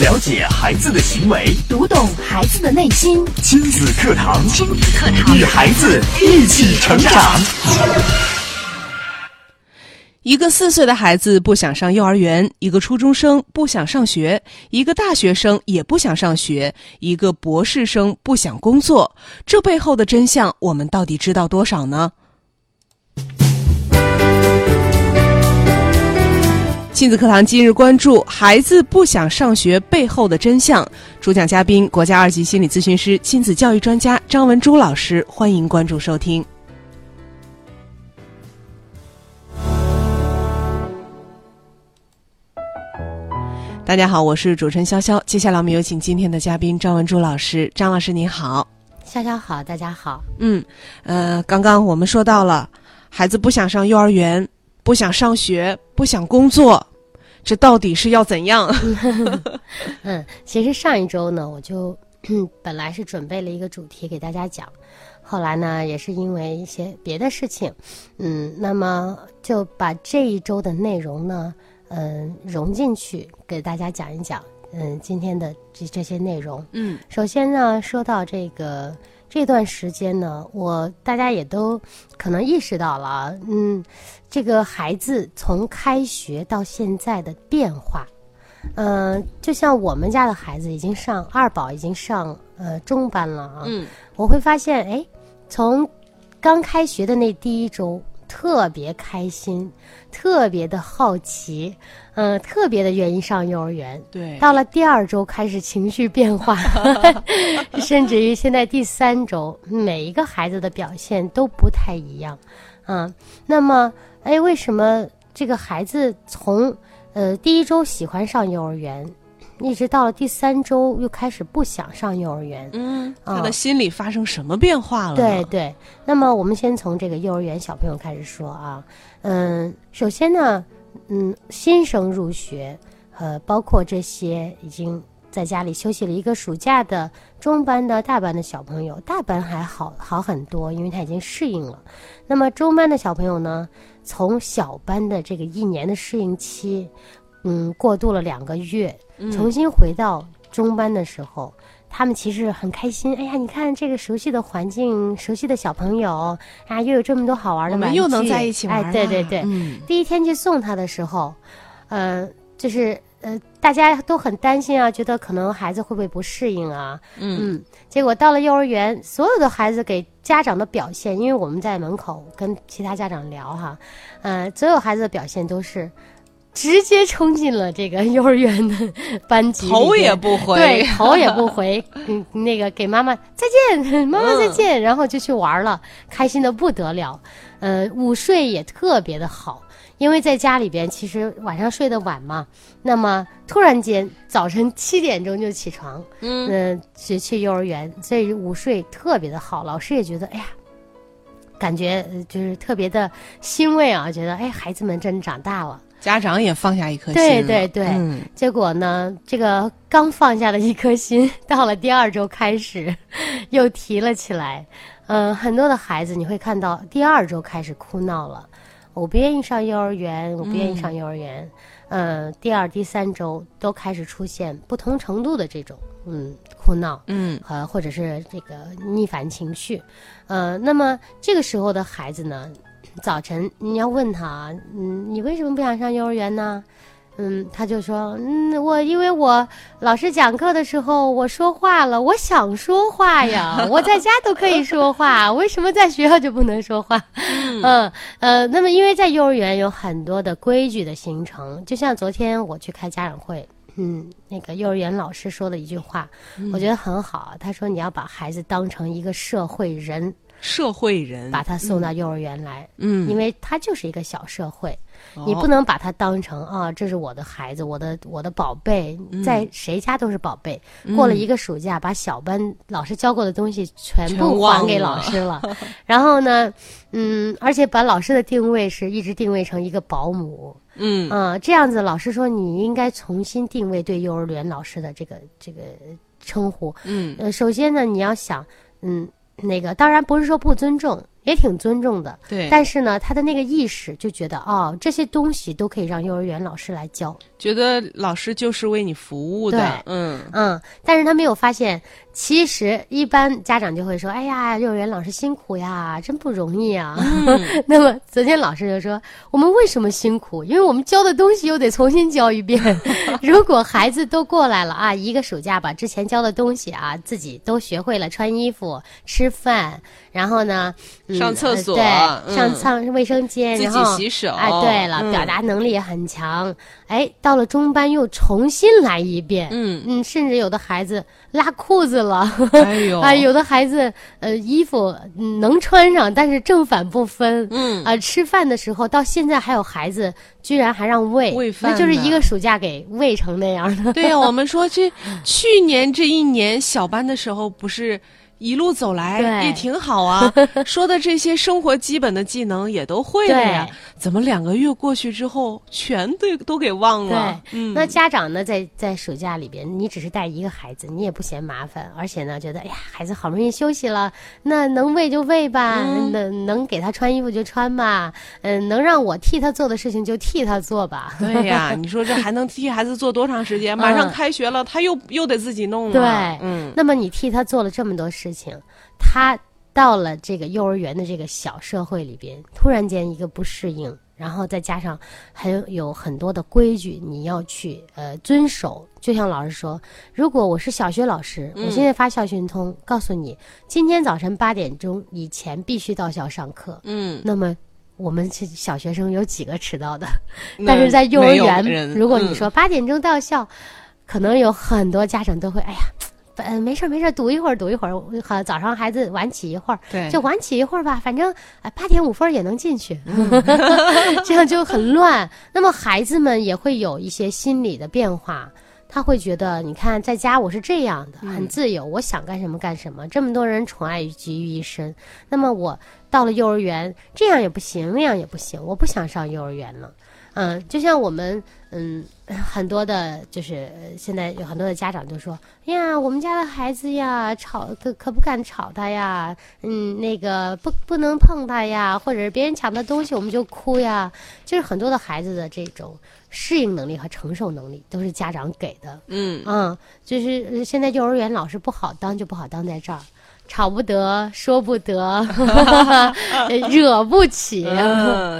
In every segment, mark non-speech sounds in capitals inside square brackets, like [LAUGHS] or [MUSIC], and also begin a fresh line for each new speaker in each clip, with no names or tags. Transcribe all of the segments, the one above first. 了解孩子的行为，
读懂孩子的内心。
亲子课堂，
亲子课堂，
与孩子一起成长。
一个四岁的孩子不想上幼儿园，一个初中生不想上学，一个大学生也不想上学，一个博士生不想工作。这背后的真相，我们到底知道多少呢？亲子课堂今日关注：孩子不想上学背后的真相。主讲嘉宾：国家二级心理咨询师、亲子教育专家张文珠老师。欢迎关注收听。大家好，我是主持人潇潇。接下来我们有请今天的嘉宾张文珠老师。张老师您好，
潇潇好，大家好。
嗯，呃，刚刚我们说到了，孩子不想上幼儿园，不想上学，不想工作，这到底是要怎样？
嗯，其实上一周呢，我就 [COUGHS] 本来是准备了一个主题给大家讲，后来呢，也是因为一些别的事情，嗯，那么就把这一周的内容呢，嗯，融进去给大家讲一讲。嗯，今天的这这些内容，
嗯
首先呢，说到这个这段时间呢，我大家也都可能意识到了啊，嗯，这个孩子从开学到现在的变化，嗯、就像我们家的孩子已经上二宝，已经上呃中班了啊，
嗯
我会发现，哎，从刚开学的那第一周，特别开心，特别的好奇，嗯、特别的愿意上幼儿园，
对，
到了第二周开始情绪变化，甚至于现在第三周，每一个孩子的表现都不太一样，嗯，那么，哎，为什么这个孩子从呃第一周喜欢上幼儿园，一直到了第三周又开始不想上幼儿园？
嗯，
啊
他的心理发生什么变化了？
对，对，那么我们先从这个幼儿园小朋友开始说啊，嗯，首先呢，嗯，新生入学，呃，包括这些已经在家里休息了一个暑假的中班的大班的小朋友，大班还好好很多，因为他已经适应了。那么中班的小朋友呢，从小班的这个一年的适应期，嗯，过渡了两个月，
嗯
重新回到中班的时候，他们其实很开心。哎呀，你看这个熟悉的环境，熟悉的小朋友啊，又有这么多好玩
我
的玩
们
具，
又能在一起玩了。
哎，对对对，
嗯
第一天去送他的时候，呃，就是呃，大家都很担心啊，觉得可能孩子会不会不适应啊，
嗯
嗯，结果到了幼儿园，所有的孩子给家长的表现，因为我们在门口跟其他家长聊哈，呃，所有孩子的表现都是直接冲进了这个幼儿园的班级里边，
头也不回，
对，头也
[LAUGHS]
不回，嗯，那个给妈妈再
嗯
见，妈妈再见，然后就去玩了，开心的不得了。呃，午睡也特别的好，因为在家里边其实晚上睡得晚嘛，那么突然间早晨七点钟就起床，
嗯
嗯、去去幼儿园，所以午睡特别的好，老师也觉得哎呀。感觉呃就是特别的欣慰啊，觉得哎，孩子们真长大了。
家长也放下一颗心
对
了
对对
嗯
结果呢，这个刚放下的一颗心，到了第二周开始， [LAUGHS] 又提了起来。嗯、很多的孩子你会看到第二周开始哭闹了，我不愿意上幼儿园，我不愿意上幼儿园。嗯、第二、第三周都开始出现不同程度的这种嗯哭闹。
嗯
呃，或者是这个逆反情绪，呃，那么这个时候的孩子呢，早晨你要问他啊，嗯，你为什么不想上幼儿园呢？嗯，他就说，嗯，我因为我老师讲课的时候我说话了，我想说话呀，我在家都可以说话，为什么在学校就不能说话？嗯呃，那么因为在幼儿园有很多的规矩的形成，就像昨天我去开家长会，嗯，那个幼儿园老师说的一句话，
嗯
我觉得很好。啊他说你要把孩子当成一个社会人，
社会人
把他送到幼儿园来，
嗯，
因为他就是一个小社会，
哦
你不能把他当成啊，这是我的孩子，我的我的宝贝，
嗯
在谁家都是宝贝。过了一个暑假，把小班老师教过的东西全
全
部
忘
还给
了
老师了，
嗯
[LAUGHS] 然后呢，嗯，而且把老师的定位是一直定位成一个保姆，
嗯
嗯，这样子，老师说你应该重新定位对幼儿园老师的这个这个称呼。
嗯
呃，首先呢，你要想，嗯，那个当然不是说不尊重，也挺尊重的，
对，
但是呢，他的那个意识就觉得哦，这些东西都可以让幼儿园老师来教，
觉得老师就是为你服务的
对，
嗯，
嗯，但是他没有发现，其实一般家长就会说：“哎呀，幼儿园老师辛苦呀，真不容易啊。
嗯
[LAUGHS] 那么昨天老师就说：“我们为什么辛苦？因为我们教的东西又得重新教一遍。 [LAUGHS] 如果孩子都过来了啊，一个暑假把之前教的东西啊，自己都学会了，穿衣服、吃饭，然后呢，嗯、
上厕所
呃
嗯
对，上上卫生间，
自
然
己
后
洗手，嗯
哎，对了，表达能力也很强。哎，到了中班又重新来一遍。
嗯，
嗯，甚至有的孩子拉裤子了， [LAUGHS]
嗯，哎呦，
啊，，有的孩子呃衣服嗯能穿上，但是正反不分。
嗯，
啊，吃饭的时候到现在还有孩子居然还让喂，
喂饭
那就是
呢
一个暑假给喂成那样的。
对呀、啊我们说
[LAUGHS]
这去年这一年小班的时候，不是一路走来
对
也挺好
[LAUGHS]
啊，说的这些生活基本的技能也都会了呀
对。
怎么两个月过去之后，全都都给忘了？嗯，
那家长呢，在在暑假里边，你只是带一个孩子，你也不嫌麻烦，而且呢，觉得哎呀，孩子好不容易休息了，那能喂就喂吧，
嗯
能能给他穿衣服就穿吧，嗯、能让我替他做的事情就替他做吧。
对呀， [LAUGHS] 你说这还能替孩子做多长时间？马上
嗯
开学了，他又又得自己弄了。
对
嗯，
那么你替他做了这么多事情，他到了这个幼儿园的这个小社会里边，突然间一个不适应，然后再加上还有有很多的规矩你要去呃遵守。就像老师说，如果我是小学老师，
嗯
我现在发校讯通、告诉你，今天早晨八点钟以前必须到校上课。
嗯，
那么。我们这小学生有几个迟到的？
那
但是在幼
嗯
儿
没有
园，
人
如果你
嗯
说八点钟到校，可能有很多家长都会，哎呀，呃，没事儿没事儿，堵一会儿堵一会儿，我好早上孩子晚起一会儿，
对
就晚起一会儿吧，反正哎八点五分儿也能
[LAUGHS]
进去， [LAUGHS] 这样就很乱。那么孩子们也会有一些心理的变化。他会觉得，你看，在家我是这样的，很自由，我想干什么干什么。这么多人宠爱集于一身，那么我到了幼儿园，这样也不行，那样也不行，我不想上幼儿园了。嗯，就像我们，嗯，很多的，就是呃现在有很多的家长就说：“哎呀，我们家的孩子呀，吵可可不敢吵他呀，嗯，那个不不能碰他呀，或者是别人抢他东西我们就哭呀。”就是很多的孩子的这种适应能力和承受能力都是家长给的。
嗯
嗯，就是呃现在幼儿园老师不好当，就不好当在这儿，吵不得，说不得， [LAUGHS] 呃惹不起，
嗯，因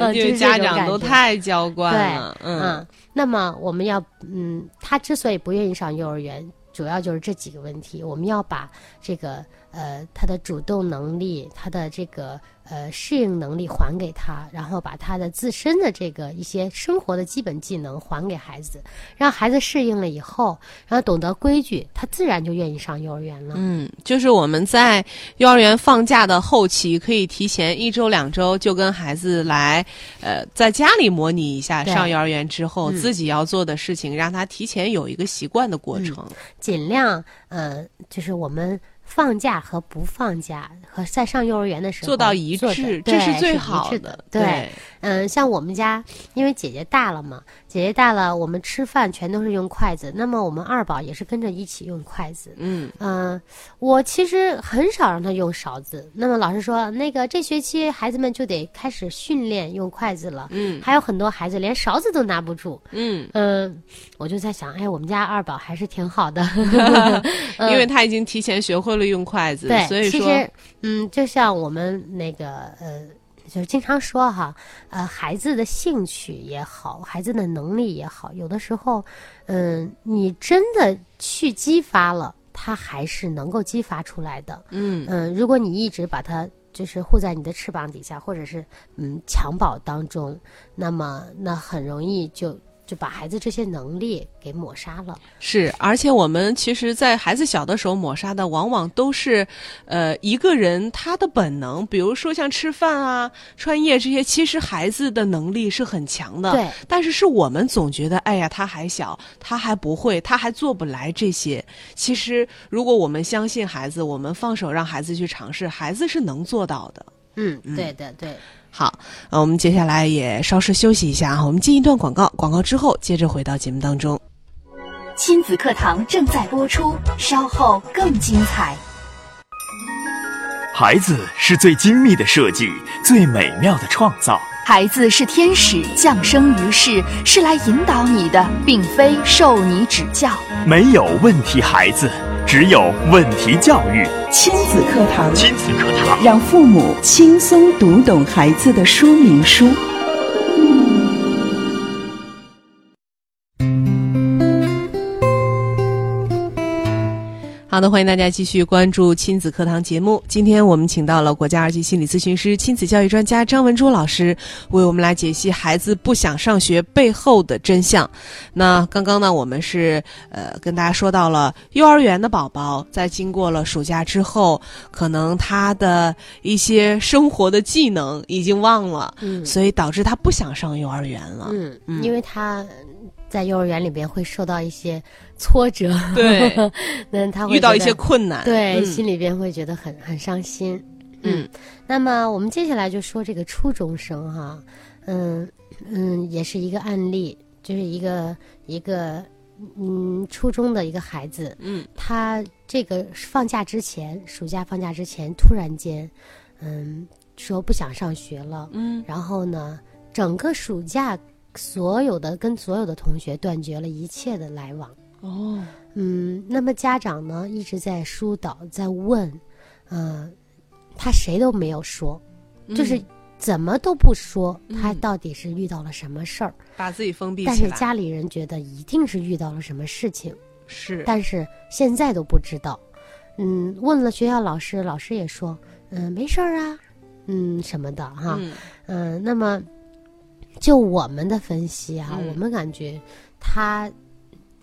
呃就是
为
这
家
种
长
感
都
觉
太娇惯
对
了。嗯
嗯，那么我们要，嗯，他之所以不愿意上幼儿园，主要就是这几个问题。我们要把这个呃他的主动能力，他的这个呃适应能力还给他，然后把他的自身的这个一些生活的基本技能还给孩子，让孩子适应了以后，然后懂得规矩，他自然就愿意上幼儿园了。
嗯，就是我们在幼儿园放假的后期，可以提前一周、两周就跟孩子来，呃，在家里模拟一下
对
上幼儿园之后
嗯
自己要做的事情，让他提前有一个习惯的过程。
嗯尽量呃，就是我们放假和不放假和在上幼儿园的时候
做到一
做
致这
的，对
是
是
最
一
好
致
的
的。对，嗯，像我们家，因为姐姐大了嘛，姐姐大了，我们吃饭全都是用筷子，那么我们二宝也是跟着一起用筷子。
嗯
嗯，我其实很少让他用勺子。那么老师说，那个这学期孩子们就得开始训练用筷子了。
嗯
还有很多孩子连勺子都拿不住， [LAUGHS]
嗯， [LAUGHS]
嗯，我就在想，哎，我们家二宝还是挺好的， [LAUGHS] 嗯
因为他已经提前学会了用筷子，
对，
所以
其
说
实，嗯，就像我们那个呃，就是经常说哈，呃，孩子的兴趣也好，孩子的能力也好，有的时候，嗯、你真的去激发了，他还是能够激发出来的。
嗯
嗯、如果你一直把它就是护在你的翅膀底下，或者是嗯襁褓当中，那么那很容易就就把孩子这些能力给抹杀了。
是，而且我们其实，在孩子小的时候抹杀的，往往都是，呃，一个人他的本能，比如说像吃饭啊、穿夜这些，其实孩子的能力是很强的。
对。
但是是我们总觉得，哎呀，他还小，他还不会，他还做不来这些。其实，如果我们相信孩子，我们放手让孩子去尝试，孩子是能做到的。
嗯，对的，对。
好，呃，我们接下来也稍事休息一下啊，我们进一段广告，广告之后接着回到节目当中。
亲子课堂正在播出，稍后更精彩。
孩子是最精密的设计，最美妙的创造。
孩子是天使降生于世，是来引导你的，并非受你指教。
没有问题孩子，只有问题教育。
亲子课堂，
亲子课堂，
让父母轻松读懂孩子的说明书。
好的，欢迎大家继续关注亲子课堂节目。今天我们请到了国家二级心理咨询师、亲子教育专家张文珠老师，为我们来解析孩子不想上学背后的真相。那刚刚呢，我们是呃跟大家说到了幼儿园的宝宝，在经过了暑假之后，可能他的一些生活的技能已经忘了，
嗯
所以导致他不想上幼儿园了。
嗯
嗯，
因为他在幼儿园里边会受到一些挫折，
对，
[LAUGHS] 那他会
嗯遇到一
觉得
些困难，
对，
嗯
心里边会觉得很很伤心。
嗯，
那么我们接下来就说这个初中生哈，嗯嗯，也是一个案例，就是一个一个嗯初中的一个孩子，
嗯，
他这个放假之前，暑假放假之前，突然间，嗯，说不想上学了，
嗯
然后呢，整个暑假所有的跟所有的同学断绝了一切的来往。
哦，
嗯，那么家长呢一直在疏导，在问，呃，他谁都没有说，就是怎么都不说，他
嗯
到底是遇到了什么事儿？
把自己封闭
但
起
是
来，
家里人觉得一定是遇到了什么事情，
是
但是现在都不知道。嗯，问了学校老师，老师也说，嗯、没事儿啊，嗯，什么的哈，
嗯
嗯、那么就我们的分析啊，
嗯
我们感觉他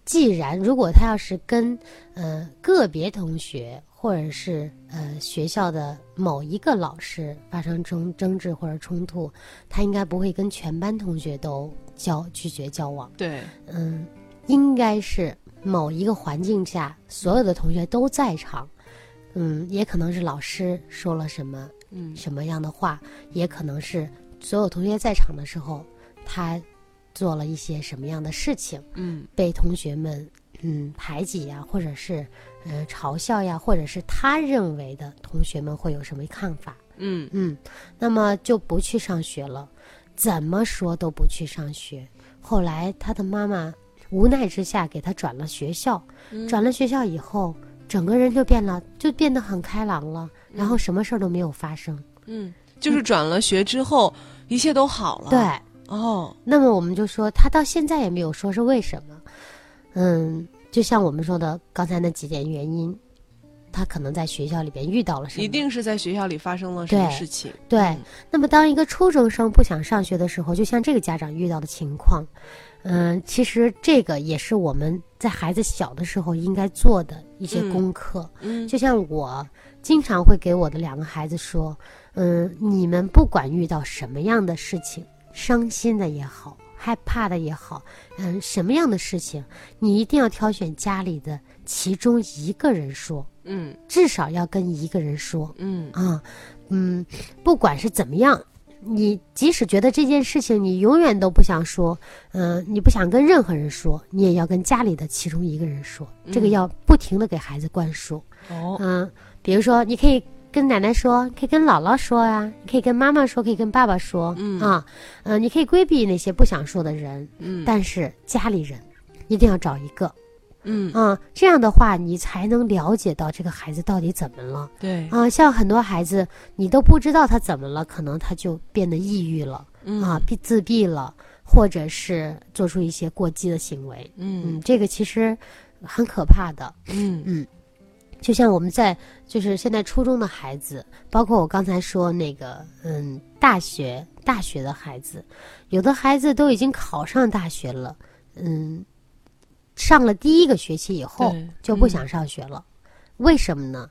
既然如果他要是跟呃个别同学或者是呃学校的某一个老师发生争争执或者冲突，他应该不会跟全班同学都交拒绝交往。
对，
嗯，应该是某一个环境下所有的同学都在场。嗯，也可能是老师说了什么
嗯
什么样的话，也可能是所有同学在场的时候，他做了一些什么样的事情，
嗯
被同学们嗯排挤呀，或者是呃嘲笑呀，或者是他认为的同学们会有什么看法，
嗯
嗯，那么就不去上学了，怎么说都不去上学。后来他的妈妈无奈之下给他转了学校，
嗯
转了学校以后，整个人就变了，就变得很开朗了，然后什么事儿都没有发生。
嗯，就是转了学之后，一切都好了。
对，
哦，
那么我们就说他到现在也没有说是为什么，嗯，就像我们说的刚才那几点原因，他可能在学校里边遇到了什么，
一定是在学校里发生了什么
对
事情。
对。
嗯
那么当一个初中生不想上学的时候，就像这个家长遇到的情况，嗯、其实这个也是我们在孩子小的时候应该做的一些
嗯
功课。
嗯，
就像我经常会给我的两个孩子说，嗯，你们不管遇到什么样的事情，伤心的也好，害怕的也好，嗯，什么样的事情，你一定要挑选家里的其中一个人说，
嗯
至少要跟一个人说
嗯
啊，嗯，不管是怎么样。你即使觉得这件事情你永远都不想说，嗯、你不想跟任何人说，你也要跟家里的其中一个人说，这个
嗯
要不停的给孩子灌输。
哦，
嗯，比如说，你可以跟奶奶说，可以跟姥姥说呀、你可以跟妈妈说，可以跟爸爸说，
嗯
啊，嗯、你可以规避那些不想说的人，
嗯
但是家里人一定要找一个，
嗯
啊，这样的话你才能了解到这个孩子到底怎么了
对
啊。像很多孩子，你都不知道他怎么了，可能他就变得抑郁了
嗯
啊，闭自闭了，或者是做出一些过激的行为，嗯
嗯，
这个其实很可怕的。
嗯
就像我们在就是现在初中的孩子，包括我刚才说那个，嗯，大学大学的孩子，有的孩子都已经考上大学了，嗯，上了第一个学期以后
对嗯
就不想上学了，为什么呢？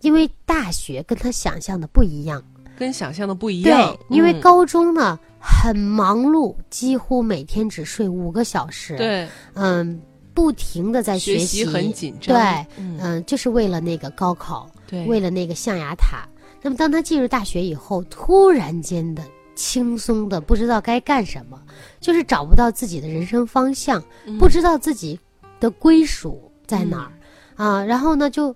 因为大学跟他想象的不一样，
跟想象的不一样
对。，因为
嗯
高中呢很忙碌，几乎每天只睡五个小时，，
对
嗯，不停的在学
习很紧张。
对，
嗯
嗯，就是为了那个高考，
对，
为了那个象牙塔。那么当他进入大学以后，突然间的轻松的不知道该干什么，就是找不到自己的人生方向，
嗯
不知道自己的归属在哪儿、啊。然后呢，就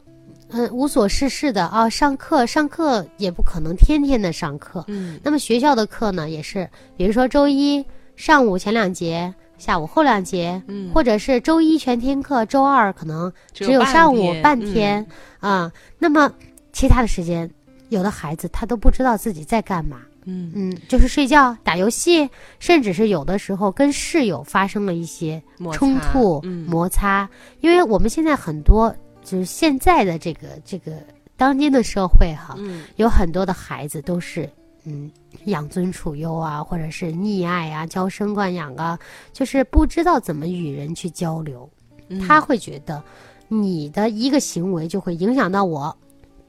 嗯、嗯无所事事的啊，上课上课也不可能天天的上课。
嗯
那么学校的课呢，也是，比如说周一上午前两节，下午后两节，
嗯
或者是周一全天课，周二可能只有
半
上午
天嗯
半天啊、那么其他的时间，有的孩子他都不知道自己在干嘛。
嗯嗯
嗯，就是睡觉、打游戏，甚至是有的时候跟室友发生了一些
摩擦
冲突、
嗯
摩擦。因为我们现在很多就是现在的这个这个当今的社会哈，
嗯
有很多的孩子都是嗯养尊处优啊，或者是溺爱啊、娇生惯养啊，就是不知道怎么与人去交流。
嗯
他会觉得你的一个行为就会影响到我，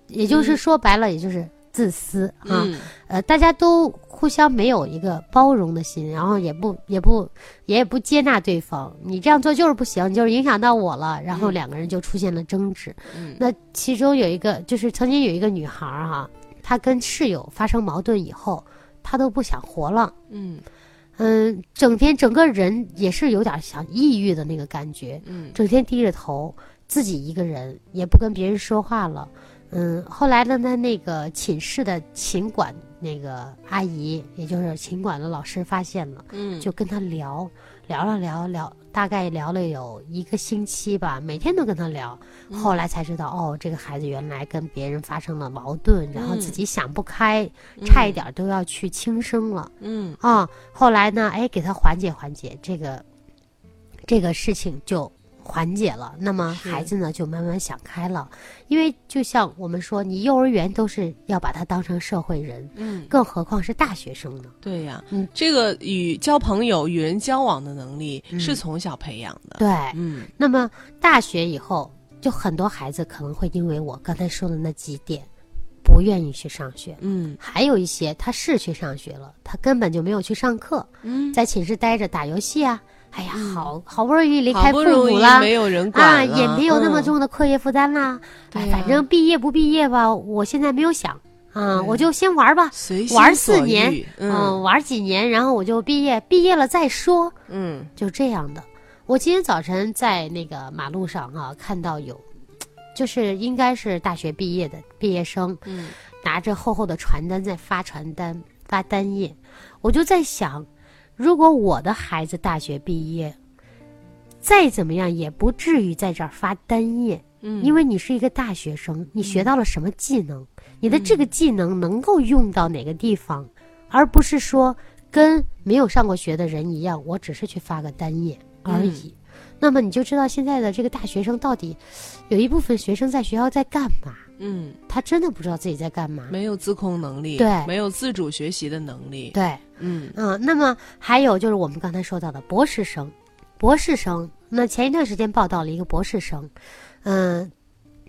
也就是
嗯
说白了，也就是自私啊。
嗯
呃，大家都互相没有一个包容的心，然后也不也不也也不接纳对方，你这样做就是不行，你就是影响到我了，然后
嗯
两个人就出现了争执。
嗯
那其中有一个就是曾经有一个女孩儿、哈，她跟室友发生矛盾以后，她都不想活了，
嗯
嗯，整天整个人也是有点想抑郁的那个感觉，
嗯
整天低着头，自己一个人，也不跟别人说话了。嗯，后来呢，他那个寝室的寝管那个阿姨，也就是寝管的老师发现了，
嗯
就跟他聊，聊了聊聊，大概聊了有一个星期吧，每天都跟他聊。
嗯
后来才知道，哦，这个孩子原来跟别人发生了矛盾，然后自
嗯
己想不开，差一点都要去轻生了。
嗯
啊、后来呢，哎，给他缓解缓解，这个这个事情就缓解了。那么
是
孩子呢，就慢慢想开了。因为就像我们说，你幼儿园都是要把他当成社会人，
嗯
更何况是大学生呢？
对呀
嗯
这个与交朋友与人交往的能力
嗯
是从小培养的
对，
嗯
那么大学以后，就很多孩子可能会因为我刚才说的那几点，不愿意去上学。
嗯
还有一些他是去上学了，他根本就没有去上课，
嗯
在寝室待着打游戏啊。哎呀，
嗯
好好不容易离
好
开
不
父
容
母
易
啦，
没有人
啊，
管了
也没有那么
嗯
重的课业负担啦。
对啊
哎
呀
反正毕业不毕业吧，我现在没有想啊，
对
我就先玩吧，
随心
玩四
所
年
欲
嗯、
嗯
玩几年，然后我就毕业，毕业了再说，
嗯
就这样的。我今天早晨在那个马路上啊，看到有，就是应该是大学毕业的毕业生，
嗯
拿着厚厚的传单在发传单发单页，我就在想，如果我的孩子大学毕业，再怎么样也不至于在这儿发单页，
嗯
因为你是一个大学生，你学到了什么技能？你的
嗯
这个技能能够用到哪个地方，而不是说跟没有上过学的人一样，我只是去发个单页
嗯
而已。那么你就知道现在的这个大学生到底有一部分学生在学校在干嘛，
嗯
他真的不知道自己在干嘛。
没有自控能力
对
没有自主学习的能力
对，
嗯
嗯，那么还有就是我们刚才说到的博士生，博士生，那前一段时间报道了一个博士生，嗯、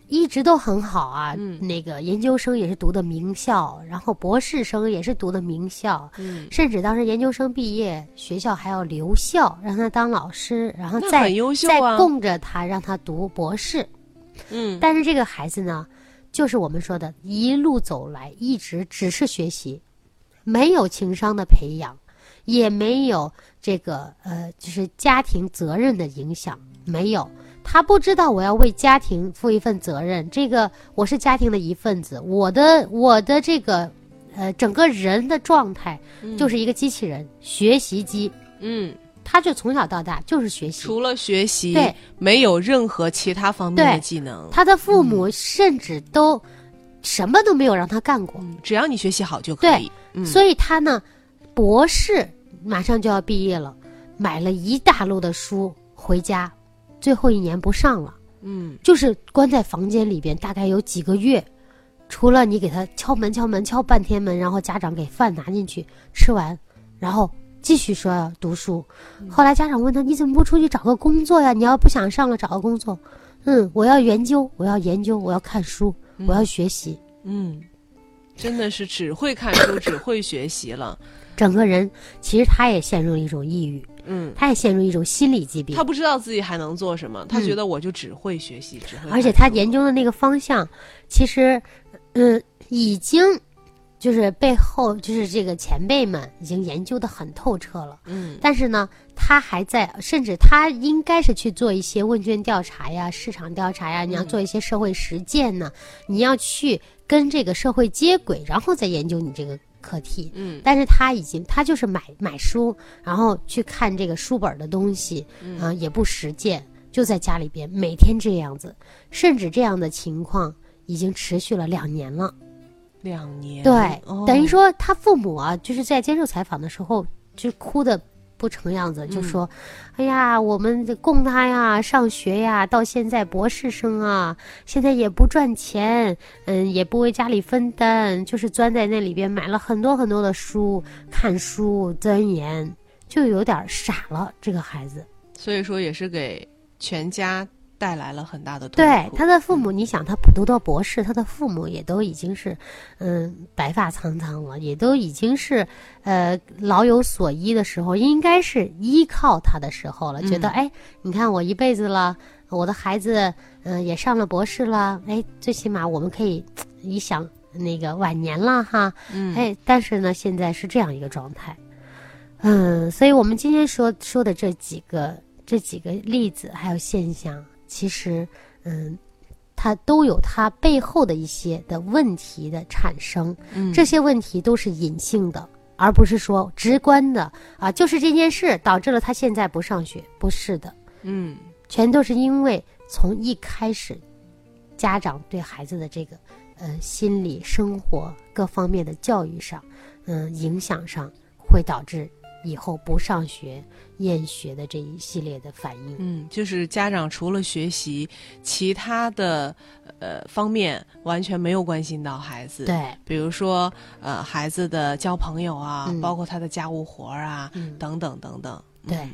一直都很好啊，
嗯
那个研究生也是读的名校，然后博士生也是读的名校，
嗯
甚至当时研究生毕业，学校还要留校让他当老师，然后
那
再、
很优秀
再
啊
供着他让他读博士。
嗯
但是这个孩子呢，就是我们说的，一路走来一直只是学习，没有情商的培养，也没有这个呃，就是家庭责任的影响，没有。他不知道我要为家庭负一份责任，这个我是家庭的一份子，我的我的这个，呃，整个人的状态就是一个机器人，学习机，
嗯
他就从小到大就是学习，
除了学习，
对
没有任何其他方面的
对
技能。
他的父母甚至都什么都没有让他干过，
只要你学习好就可以。嗯，
所以他呢，博士马上就要毕业了，买了一大摞的书回家，最后一年不上了，
嗯
就是关在房间里边，大概有几个月。除了你给他敲门、敲门、敲半天门，然后家长给饭拿进去吃完，然后继续说要读书。后来家长问他：“你怎么不出去找个工作呀？你要不想上了，找个工作。”嗯，我要研究，我要研究，我要看书，我要学习。
嗯，真的是只会看书，只会学习了。
整个人其实他也陷入了一种抑郁，
嗯，
他也陷入一种心理疾病
他，不知道自己还能做什么，他
嗯
觉得我就只会学习，只会看书。
呃而且他研究的那个方向，其实，嗯，已经就是背后就是这个前辈们已经研究的很透彻了。
嗯
但是呢，他还在，甚至他应该是去做一些问卷调查呀、市场调查
嗯
呀，你要做一些社会实践呢，你要去跟这个社会接轨，然后再研究你这个课题。
嗯
但是他已经，他就是买买书，然后去看这个书本儿的东西，
嗯
啊、也不实践，就在家里边每天这样子，甚至这样的情况已经持续了两年了。
两年，
对，
哦
等于说他父母啊，就是在接受采访的时候，就哭的不成样子，
嗯
就说：“哎呀，我们得供他呀，上学呀，到现在博士生啊，现在也不赚钱，嗯，也不为家里分担，就是钻在那里边买了很多很多的书，看书钻研，就有点傻了。这个孩子，
所以说也是给全家带来了很大的痛
对
苦嗯
他的父母，你想，他普读到博士，他的父母也都已经是，嗯，白发苍苍了，也都已经是，呃，老有所依的时候，应该是依靠他的时候了。觉得，
嗯
哎，你看我一辈子了，我的孩子，嗯、也上了博士了，哎，最起码我们可以，你想那个晚年了哈，
嗯
哎，但是呢，现在是这样一个状态，嗯，所以我们今天说说的这几个这几个例子还有现象，其实，嗯，它都有它背后的一些的问题的产生，
嗯
这些问题都是隐性的，而不是说直观的啊，就是这件事导致了他现在不上学，不是的，
嗯
全都是因为从一开始，家长对孩子的这个呃心理、生活各方面的教育上，嗯、影响上，会导致以后不上学、厌学的这一系列的反应。
嗯，就是家长除了学习，其他的呃方面完全没有关心到孩子。。
对，
比如说，呃，孩子的交朋友啊，
嗯
包括他的家务活儿啊，
嗯，
等等等等。
对
嗯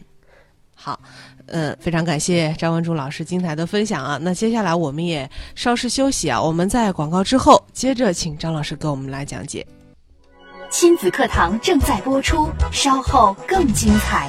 好，呃，非常感谢张文竹老师精彩的分享啊。那接下来我们也稍事休息啊，我们在广告之后接着请张老师给我们来讲解。
亲子课堂正在播出，稍后更精彩。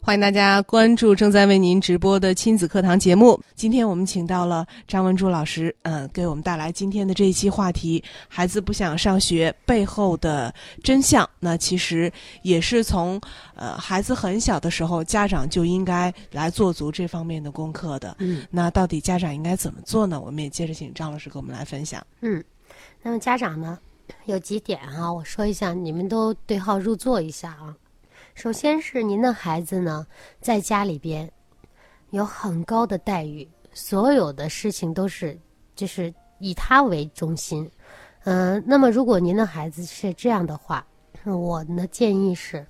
欢迎大家关注正在为您直播的亲子课堂节目。今天我们请到了张文珠老师，嗯，给我们带来今天的这一期话题：孩子不想上学背后的真相。那其实也是从呃孩子很小的时候，家长就应该来做足这方面的功课的。
嗯。
那到底家长应该怎么做呢？我们也接着请张老师给我们来分享。
嗯，那么家长呢，有几点啊，我说一下，你们都对号入座一下啊。首先是您的孩子呢，在家里边有很高的待遇，所有的事情都是就是以他为中心。嗯、那么如果您的孩子是这样的话，我的建议是，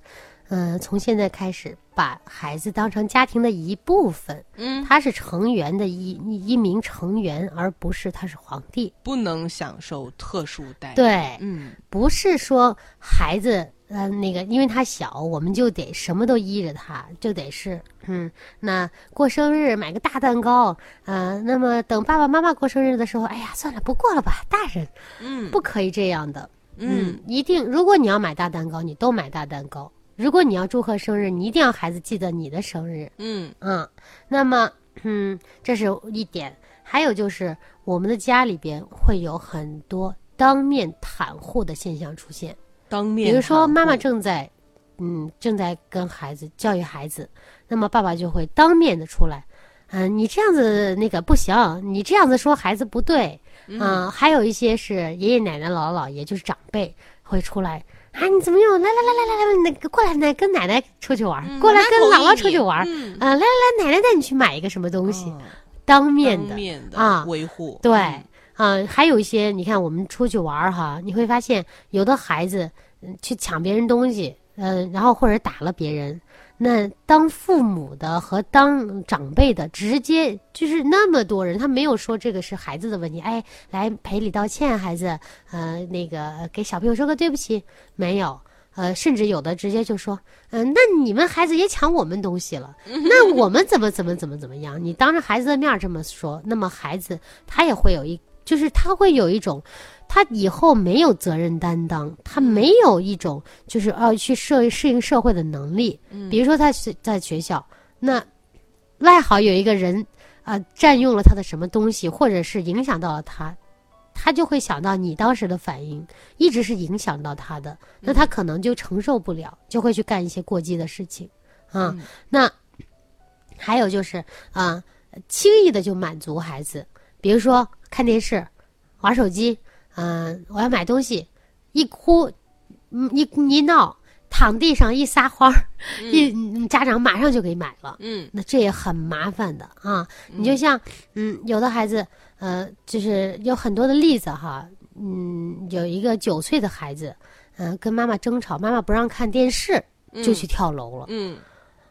嗯、从现在开始把孩子当成家庭的一部分，
嗯，
他是成员的一一名成员，而不是他是皇帝。
不能享受特殊待遇。，
对，
嗯
不是说孩子，呃，那个，因为他小，我们就得什么都依着他，就得是，嗯，那过生日买个大蛋糕，呃，那么等爸爸妈妈过生日的时候，哎呀，算了，不过了吧，大人
嗯
不可以这样的，
嗯，
一定，如果你要买大蛋糕，你都买大蛋糕；如果你要祝贺生日，你一定要孩子记得你的生日，
嗯
嗯，那么，嗯，这是一点。还有就是，我们的家里边会有很多当面袒护的现象出现。
当
比
面
如说，
袒
妈妈
护
正在，嗯，正在跟孩子教育孩子，那么爸爸就会当面的出来，嗯、你这样子那个不行，你这样子说孩子不对，嗯、还有一些是爷爷奶奶、姥姥姥爷，就是长辈会出来。啊！你怎么又来来来来来来，那个过来奶跟奶奶出去玩儿，
嗯
过来
妈妈
跟
同
姥姥
意
出去
你
玩儿，
嗯
啊，来来来，奶奶带你去买一个什么东西，
嗯
当面的，
当面的
啊
维护，
对，啊
嗯、
还有一些，你看我们出去玩儿哈，你会发呃现有的孩子嗯去抢别人东西，嗯、然后或者打了别人，那当父母的和当长辈的，直接就是那么多人，他没有说这个是孩子的问题。哎，来赔礼道歉，孩子，呃，那个呃给小朋友说个对不起，没有。呃，甚至有的直接就说，嗯、那你们孩子也抢我们东西了，那我们怎么怎么怎么怎么样？你当着孩子的面儿这么说，那么孩子他也会有一，就是他会有一种，他以后没有责任担当，他没有一种就是要、去社适应社会的能力。比如说他是在学校，那赖好有一个人啊、呃占用了他的什么东西，或者是影响到了他，他就会想到你当时的反应，一直是影响到他的，那他可能就承受不了，就会去干一些过激的事情啊。那还有就是啊、轻易的就满足孩子，比如说看电视、玩手机，嗯、我要买东西，一哭，嗯一一闹，躺地上一撒欢儿，一嗯家长马上就给买了。
嗯
那这也很麻烦的啊。你就像，嗯，有的孩子，呃，就是有很多的例子哈，嗯，有一个九岁的孩子，嗯、跟妈妈争吵，妈妈不让看电视，就去跳楼了。
嗯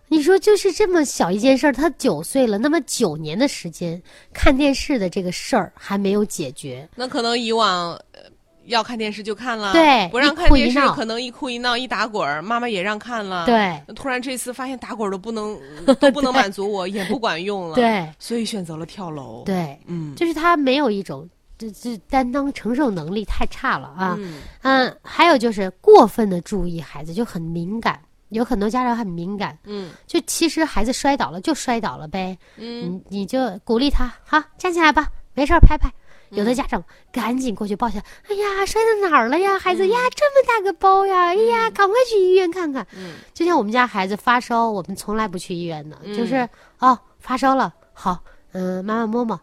你说就是这么小一件事儿，他九岁了，那么九年的时间看电视的这个事儿还没有解决，
那可能以往呃要看电视就看了，
对
不让看
一哭一
电视
闹
可能一哭一闹一打滚儿，妈妈也让看了，。
对
突然这次发现打滚儿都不
[LAUGHS]
能啊都不能满足我，也不管用了，，
对
所以选择了跳楼，，
对，
嗯，
就是他没有一种这这担当承受能力太差了啊。
嗯
嗯，还有就是过分的注意孩子，就很敏感。有很多家长很敏感，
嗯
就其实孩子摔倒了就摔倒了呗，
嗯
你你就鼓励他，好站起来吧，没事儿拍拍。
嗯
有的家长赶紧过去抱起来，哎呀，摔到哪儿了
嗯
呀，孩子呀，这么大个包呀，哎呀，赶快去医院看看。
嗯
就像我们家孩子发烧，我们从来不去医院的，
嗯
就是哦，发烧了，好，嗯、妈妈摸摸，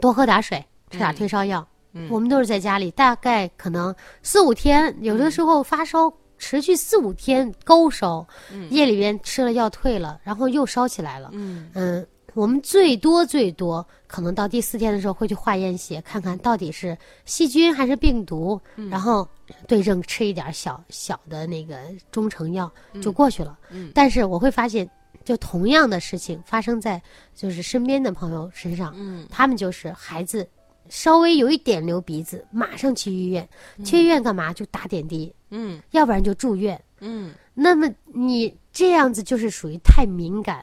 多喝点水，吃点
嗯
退烧药。
嗯
我们都是在家里，大概可能四五天，有的时候发烧持续四五天，高烧，
嗯
夜里边吃了药退了，然后又烧起来了。
嗯
嗯，我们最多最多可能到第四天的时候会去化验血，看看到底是细菌还是病毒，
嗯
然后对症吃一点小小的那个中成药就过去了。
嗯
但是我会发现，就同样的事情发生在就是身边的朋友身上，
嗯
他们就是孩子稍微有一点流鼻子，马上去医院，去医院干嘛？就打点滴，
嗯
要不然就住院。
嗯
那么你这样子就是属于太敏感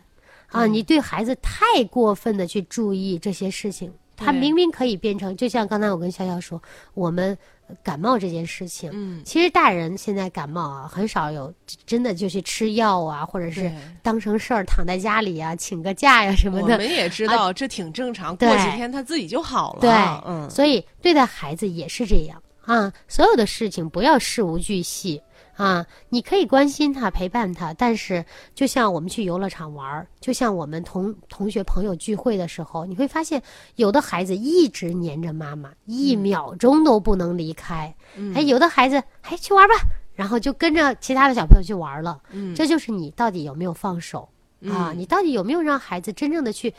啊，
嗯
你对孩子太过分的去注意这些事情，他
对
明明可以变成，就像刚才我跟潇潇说，我们呃感冒这件事情。
嗯，
其实大人现在感冒啊，很少有真的就去吃药啊，或者是
对
当成事儿躺在家里呀、请个假呀、什么
我
的。啊
们也知道这挺正常，过
对
几天他自己就好了，
对，
嗯
所以对待孩子也是这样啊，所有的事情不要事无巨细啊，你可以关心他、陪伴他，但是就像我们去游乐场玩儿，就像我们同同学朋友聚会的时候，你会发现有的孩子一直黏着妈妈，一秒钟都不能离开，哎，有的孩子哎去玩吧，然后就跟着其他的小朋友去玩了，
嗯
这就是你到底有没有放手。啊，你到底有没有让孩子真正的去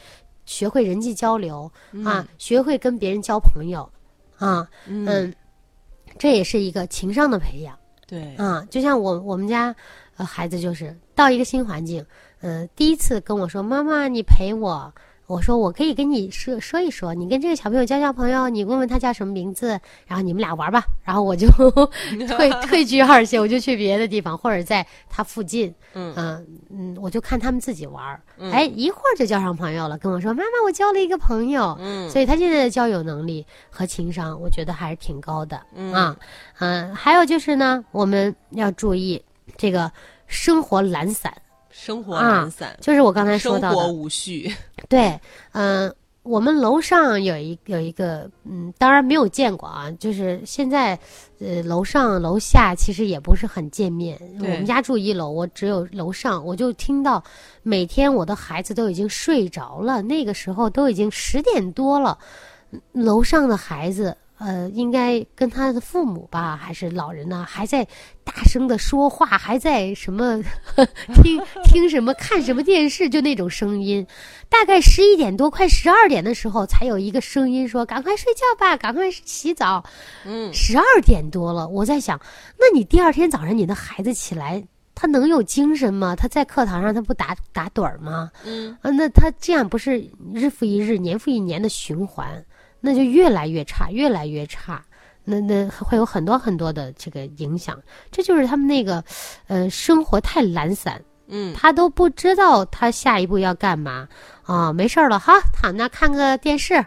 学会人际交流、啊，学会跟别人交朋友啊？嗯这也是一个情商的培养
对，
啊。就像我我们家、呃、孩子就是到一个新环境，嗯、第一次跟我说妈妈，你陪我。我说我可以跟你说说一说，你跟这个小朋友交交朋友，你问问他叫什么名字，然后你们俩玩吧。然后我就 [LAUGHS]
[LAUGHS]
退退居二线，我就去别的地方，或者在他附近，
嗯
嗯嗯，我就看他们自己玩儿，哎，一会儿就交上朋友了，跟我说妈妈，我交了一个朋友，
嗯
所以他现在的交友能力和情商，我觉得还是挺高的，
嗯
啊，嗯，还有就是呢，我们要注意这个生活懒散，
生活
啊
懒散，
就是我刚才说
生
到
活
的，
无序，
对，嗯、我们楼上有一有一个，嗯，当然没有见过啊，就是现在，呃，楼上楼下其实也不是很见面。我
对
们家住一楼，我只有楼上，我就听到每天我的孩子都已经睡着了，那个时候都已经十点多了，嗯楼上的孩子。呃，应该跟他的父母吧，还是老人呢、还在大声的说话，还在什么 [LAUGHS] 听听什么看什么电视，就那种声音。大概十一点多，快十二点的时候，才有一个声音说：“赶快睡觉吧，赶快洗澡。”
嗯
十二点多了，我在想，那你第二天早上你的孩子起来，他能有精神吗？他在课堂上他不打打盹儿吗？
嗯，
啊，那他这样不是日复一日、年复一年的循环，那就越来越差，越来越差。那那会有很多很多的这个影响，这就是他们那个，呃，生活太懒散，
嗯，
他都不知道他下一步要干嘛啊。没事儿了哈，躺那看个电视，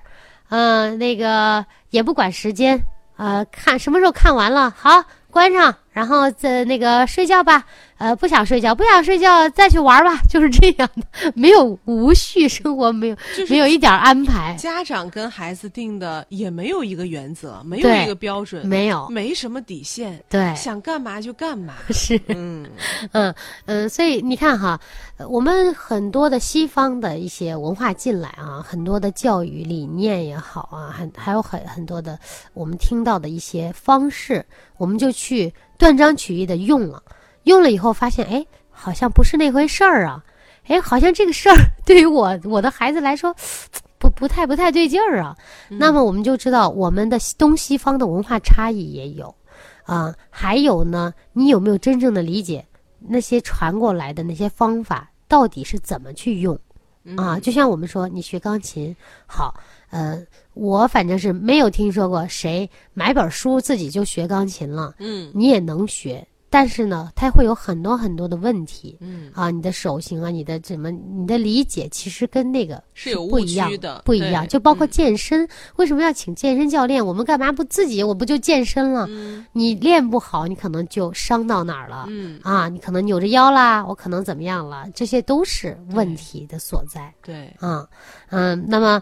呃，那个也不管时间，呃，看什么时候看完了，好关上，然后再那个睡觉吧。呃，不想睡觉，不想睡觉，再去玩吧， [LAUGHS] 就是这样的，没有无序生活，没有
就是
没有一点儿
[LAUGHS]
安排，
家长跟孩子定的也没有一个原则，没有
对
一个标准，
没有，
没什么底线，
对，
想干嘛就干嘛。
[LAUGHS] 是。
嗯，
嗯嗯，所以你看哈，呃我们很多的西方的一些文化进来啊，很多的教育理念也好啊，还还有很很多的我们听到的一些方式，我们就去断章取义的用了，用了以后发现，哎，好像不是那回事儿啊，哎，好像这个事儿 [LAUGHS] 对于我我的孩子来说。不不太不太对劲儿啊，那么我们就知道我们的西东西方的文化差异也有，啊、还有呢，你有没有真正的理解那些传过来的那些方法到底是怎么去用啊？就像我们说，你学钢琴好，呃，我反正是没有听说过谁买本书自己就学钢琴了，
嗯
你也能学。但是呢，它会有很多很多的问题
嗯，
啊，你的手型啊，你的怎么，你的理解其实跟那个
是有
不
误
一样
区的，
不一样。
对嗯
就包括健身，为什么要请健身教练？我们干嘛不自己？我不就健身了？你练不好，你可能就伤到哪儿了。
嗯，
啊，你可能扭着腰啦，我可能怎么样了，这些都是问题的所在
对，
啊。嗯，那么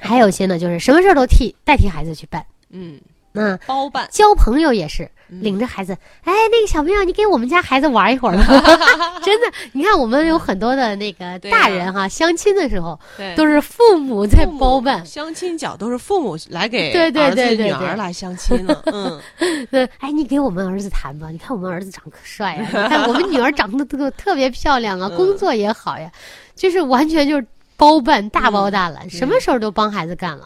还有一些呢，就是什么事儿都替代替孩子去办。
嗯，
那
包办，
交朋友也是
嗯
领着孩子，哎，那个小朋友，你给我们家孩子玩一会儿吧。
[LAUGHS]
真的，你看我们有很多的那个
对
大
啊
人哈，相亲的时候
对，
都是父母在
父母
包办。
相亲角都是父母来给
对对
儿子
对对
女
对
儿来相亲
[LAUGHS]
了，嗯，
对，哎，你给我们儿子谈吧，你看我们儿子长得可帅呀、你看我们女儿长得特特别漂亮
[LAUGHS] 嗯
啊，工作也好呀，就是完全就是包办，大包大揽，什么事儿都帮孩子干了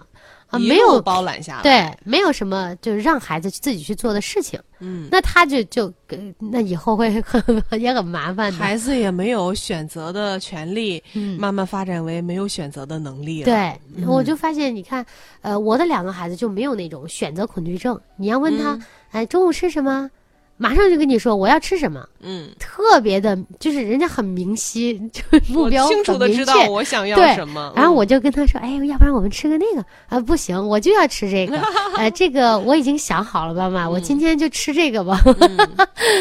啊，
嗯一
没
路
有
包揽下来，，
对，没有什么就是让孩子自己去做的事情，
嗯，
那他就就呃那以后会很 [LAUGHS] 也很麻烦的，
孩子也没有选择的权利，
嗯。
慢慢发展为没有选择的能力了，，
对，
嗯
我就发现，你看，呃，我的两个孩子就没有那种选择恐惧症。你要问他，
嗯
哎，中午吃什么？马上就跟你说我要吃什么。
嗯，
特别的，就是人家很明晰，就是目
我
标
清楚
很
的
明
知
确。
道我想要
对
什么，
然后我
嗯
就跟他说：“哎，要不然我们吃个那个啊？不行，我就要吃
[LAUGHS]
这个。呃，这个我已经想好了，妈妈，我
嗯
今天就吃这个吧。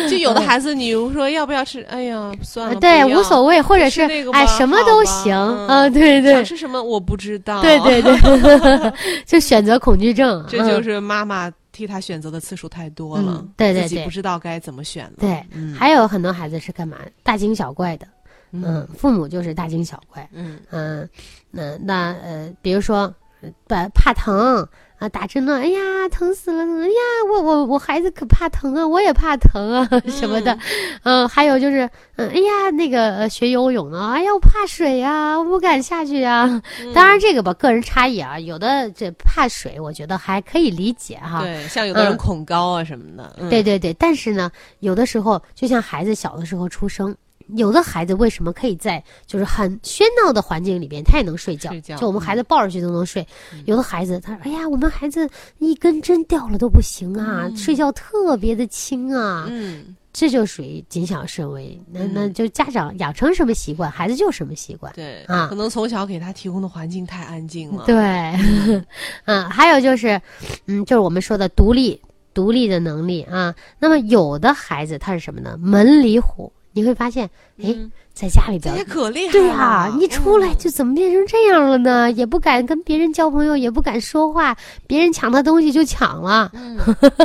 就有的孩子，你说要不要吃？哎呀，
[LAUGHS]
算了，
嗯啊对，
不要
无所谓，或者是
吃那个吧
哎，什么都行
好吧嗯
啊。对对
想吃什么我不知道，
对，对对， [LAUGHS] 就选择恐惧症，
[LAUGHS] 这就
嗯
是妈妈替他选择的次数太多了，
嗯对对
自己
对
不知道该怎么选了，
对。
嗯，
还有很多孩子是干嘛大惊小怪的，嗯
嗯，
父母就是大惊小怪。
嗯
嗯，那那呃，比如说呃怕怕疼啊，打针了，哎呀，疼死了，疼哎呀，我我我孩子可怕疼啊，我也怕疼啊什么的，嗯、还有就是，嗯，哎呀，那个、呃、学游泳啊，哎呀，我怕水呀、我不敢下去呀、
嗯
当然这个吧，个人差异啊，有的这怕水，我觉得还可以理解哈。
对，像有的人
嗯
恐高啊什么的，嗯
对对对，但是呢，有的时候就像孩子小的时候出生，有的孩子为什么可以在就是很喧闹的环境里边，他也能睡觉？
睡觉嗯
就我们孩子抱着去都能睡。有的孩子他说：“哎呀，我们孩子一根针掉了都不行啊，睡觉特别的轻啊。
嗯，
这就属于谨小慎微。那
嗯
那就家长养成什么习惯，孩子就什么习惯。
对，
啊
可能从小给他提供的环境太安静了，
对， [LAUGHS] 嗯，还有就是，嗯，就是我们说的独立、独立的能力啊。那么有的孩子他是什么呢？门里虎，你会发现，哎，
嗯，
在家里边
这
儿
也。可厉害嗯
对
了
啊，一出来就怎么变成这样了呢？也不敢跟别人交朋友，也不敢说话，别人抢他东西就抢了。
嗯，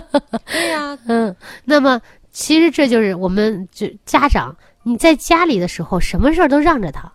[LAUGHS] 对呀，
嗯，那么其实这就是我们就家长，你在家里的时候，什么事儿都让着他，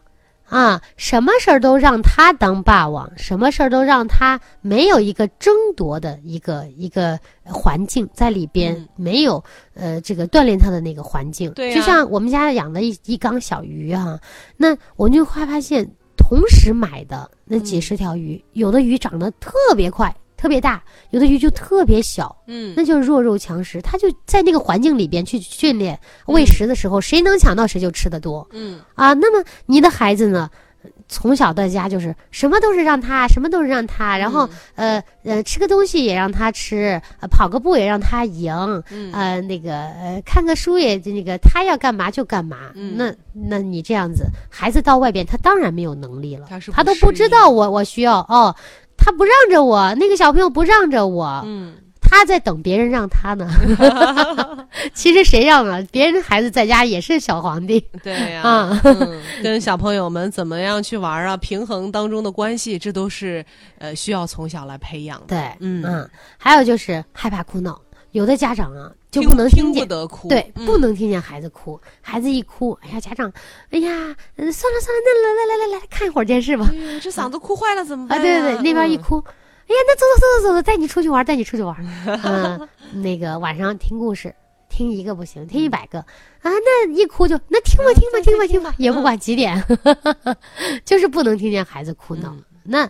啊，什么事儿都让他当霸王，什么事儿都让他没有一个争夺的一个一个环境在里边，
嗯
没有呃这个锻炼他的那个环境。
对啊
就
呀
像我们家养的一一缸小鱼哈、那我
嗯
就会发现。同时买的那几十条鱼，有的鱼长得特别快，特别大，有的鱼就特别小，
嗯
那就是弱肉强食。它就在那个环境里边去训练喂食的时候，谁能抢到谁就吃得多
嗯
啊。那么你的孩子呢，从小到家就是什么都是让他，什么都是让他，然后、呃呃吃个东西也让他吃，呃跑个步也让他赢，
嗯
呃那个呃看个书也那个他要干嘛就干嘛。
嗯
那那你这样子，孩子到外边他当然没有能力了，
他是不
都不
适
知
应
道我我需要哦。他不让着我，那个小朋友不让着我，
嗯，
他在等别人让他
[LAUGHS]
呢。其实谁让了？别人孩子在家也是小皇帝。
对呀、
啊 [LAUGHS]
嗯，跟小朋友们怎么样去玩啊，平衡当中的关系，这都是呃需要从小来培养的。
对，
嗯
嗯，还有就是害怕哭闹，有的家长啊就
听
不能
听
见
不。得哭，
对，
嗯
不能听见孩子哭，孩子一哭，哎呀，家长，哎呀，嗯算了算了，那来来来来来看一会儿电视吧。
哎呀，这嗓子哭坏了怎么
啊，
办、
对对对，那
嗯
边一，哭，哎呀，那走走走走走走，带你出去玩，带你出去玩。嗯，那个晚上听故事，听一个不行，听一百个啊，那一哭就那听吧听吧听吧听吧，也不管几点， [LAUGHS] 就是不能听见孩子哭闹。那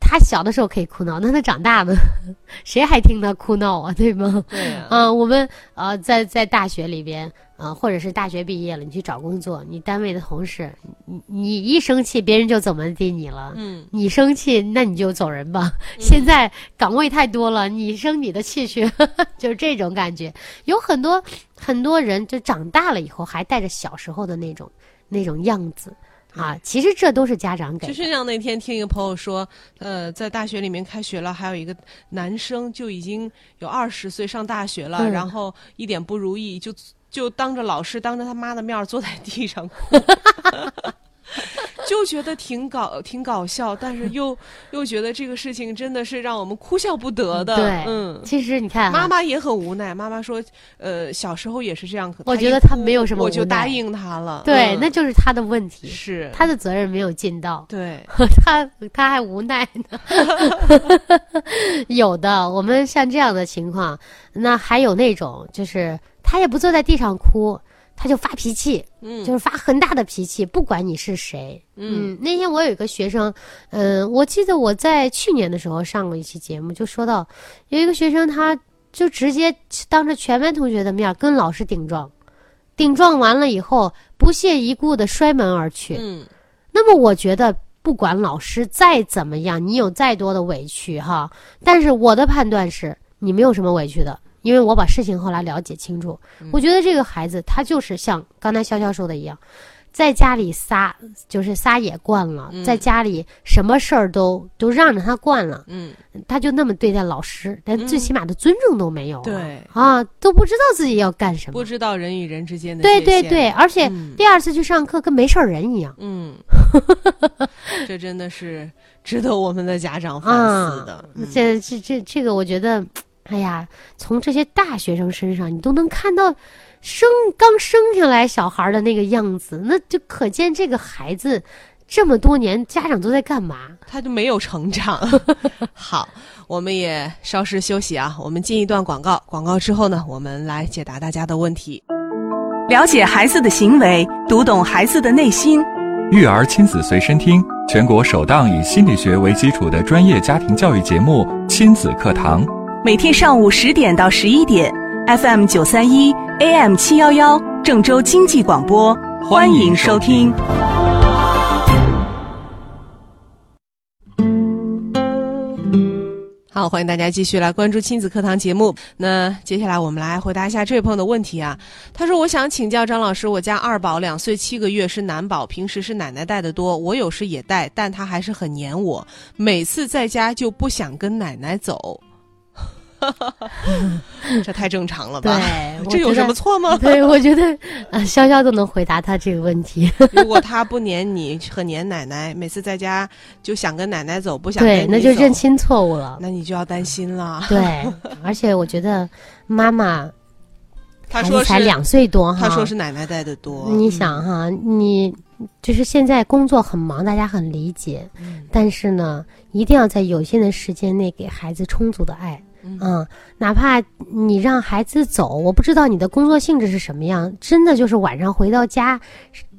他小的时候可以哭闹，那他长大呢， [LAUGHS] 谁还听他哭闹啊？对吗？
对呀、
嗯、我们呃，在在大学里边，啊，或者是大学毕业了，你去找工作，你单位的同事，你你一生气，别人就怎么地你了，
嗯，
你生气，那你就走人吧。现在岗位太多了，你生你的气去， [LAUGHS] 就是这种感觉。有很多很多人就长大了以后，还带着小时候的那种那种样子啊。其实这都是家长
嗯
给
就
的，
是像那天听一个朋友说，呃，在大学里面开学了，还有一个男生就已经有二十岁上大学了，
嗯
然后一点不如意就就当着老师当着他妈的面儿坐在地上
[LAUGHS]
哭。就觉得挺搞挺搞笑，但是
[LAUGHS]
又又觉得这个事情真的是让我们哭笑不得的。
对
嗯，
其实你看、啊，
妈妈也很无奈。妈妈说，呃，小时候也是这样。
我
她
觉
一
得她
哭
没有什么
我就
无奈
答应她了。
对，
嗯
那就是他的问题，
是
他的责任没有尽到。
对，
[LAUGHS] 他他还无奈呢， [LAUGHS] 有的我们像这样的情况，那还有那种就是他也不坐在地上哭，他就发脾气，
嗯，
就是发很大的脾气，不管你是谁。嗯，那天我有一个学生，嗯、我记得我在去年的时候上过一期节目，就说到有一个学生，他就直接当着全班同学的面跟老师顶撞，顶撞完了以后不屑一顾的摔门而去。
嗯
那么我觉得，不管老师再怎么样，你有再多的委屈哈，但是我的判断是你没有什么委屈的，因为我把事情后来了解清楚。
嗯
我觉得这个孩子他就是像刚才潇潇说的一样，在家里撒就是撒野惯了，
嗯
在家里什么事儿都都让着他惯了，
嗯，
他就那么对待老师，连
嗯
最起码的尊重都没有、
对，
啊，都不知道自己要干什么
不。知道人与人之间的
对
界
对
限
对，，而且
嗯
第二次去上课跟没事儿人一样。 [LAUGHS]
嗯，这真的是值得我们的家长反
啊
思的。嗯
这这这这个，我觉得，哎呀，从这些大学生身上，你都能看到生刚生下来小孩的那个样子，那就可见这个孩子这么多年家长都在干嘛？
他就没有成
[LAUGHS]
长。好，我们也稍事休息啊，我们进一段广告，广告之后呢，我们来解答大家的问题。
了解孩子的行为，读懂孩子的内心。
育儿亲子随身听，全国首档以心理学为基础的专业家庭教育节目《亲子课堂》。
每天上午十点到十一点，FM 九三一，AM 七幺幺，郑州经济广播，欢迎收听。
好，欢迎大家继续来关注亲子课堂节目。那接下来我们来回答一下这位朋友的问题啊。他说：“我想请教张老师，我家二宝两岁七个月是男宝，平时是奶奶带的多，我有时也带，但他还是很黏我，每次在家就不想跟奶奶走。这太正常了吧？
[LAUGHS]
[LAUGHS]
对
这有什么？错
我
吗
觉得？对，我觉得，啊，潇潇都能回答他这个问题。
如果他不黏你，很黏奶奶，每次在家就想跟奶奶走，不想跟
对，
你
那就
走
认，清错误
[LAUGHS]
了。
那你就要担心了。
对，而且我觉得妈妈
他
孩
说
子
是
才两岁多哈，
他说是奶奶带的多，嗯
你想哈，你就是现在工作很忙，大家很理解，
嗯
但是呢，一定要在有限的时间内给孩子充足的爱。
嗯
嗯，哪怕你让孩子走，我不知道你的工作性质是什么样，真的就是晚上回到家，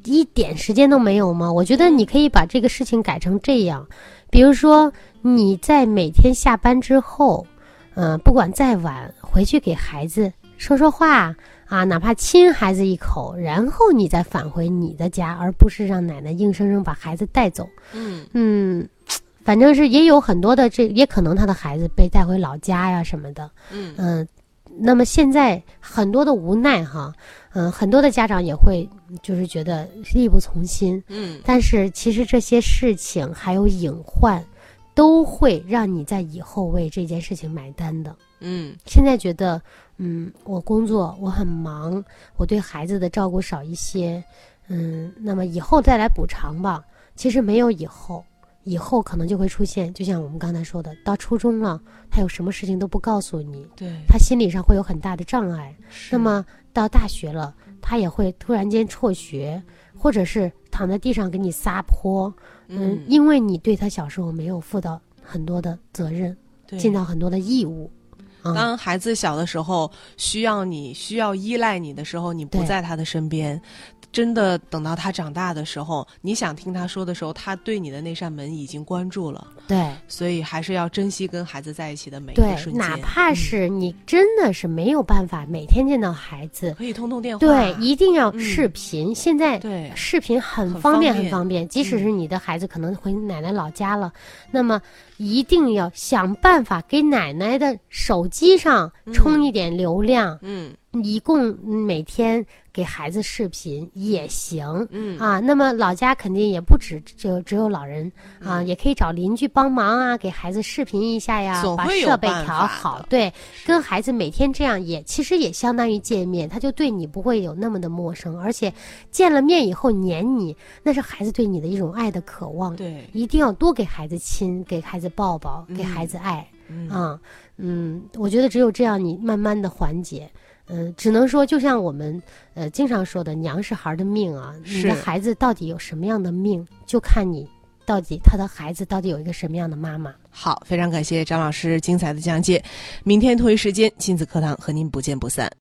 一点时间都没有吗？我觉得
嗯
你可以把这个事情改成这样，比如说你在每天下班之后，嗯、不管再晚，回去给孩子说说话啊，哪怕亲孩子一口，然后你再返回你的家，而不是让奶奶硬生生把孩子带走。
嗯
嗯，反正是也有很多的这，也可能他的孩子被带回老家呀什么的。
嗯
嗯，那么现在很多的无奈哈，嗯，很多的家长也会就是觉得力不从心，
嗯
但是其实这些事情还有隐患，都会让你在以后为这件事情买单的。
嗯
现在觉得，嗯，我工作我很忙，我对孩子的照顾少一些，嗯，那么以后再来补偿吧。其实没有以后，以后可能就会出现，就像我们刚才说的，到初中了，他有什么事情都不告诉你，
对，
他心理上会有很大的障碍。那么到大学了，他也会突然间辍学，或者是躺在地上给你撒泼，嗯，因为你对他小时候没有负到很多的责任，
对
尽到很多的义务。啊、
当孩子小的时候需要你、需要依赖你的时候，你不
对
在他的身边，真的等到他长大的时候，你想听他说的时候，他对你的那扇门已经关住了，
对
所以还是要珍惜跟孩子在一起的每一个
对，
瞬间，嗯
哪怕是你真的是没有办法每天见到孩子，
可以通通电话，
对，一定要
嗯
视频。现在
对
视频很
很
方便，
方
很
便嗯
方便。即使是你的孩子可能回奶奶老家了，那么一定要想办法给奶奶的手机上充一点流量，
嗯
一共每天给孩子视频也行。
嗯
啊，那么老家肯定也不止只有只有老人啊，
嗯
也可以找邻居帮忙啊，给孩子视频一下呀
总，
把
会有
设备
办
调
法
好
的。
对，跟孩子每天这样也其实也相当于见面，他就对你不会有那么的陌生，而且见了面以后黏你，那是孩子对你的一种爱的渴望。
对，
一定要多给孩子亲，给孩子抱抱，给孩子爱。
嗯
啊，嗯，我觉得只有这样，你慢慢的缓解。嗯、只能说，就像我们呃经常说的，娘是孩儿的命啊，你的
是
孩子到底有什么样的命，就看你到底他的孩子到底有一个什么样的妈妈。
好，非常感谢张老师精彩的讲解，明天同一时间亲子课堂和您不见不散。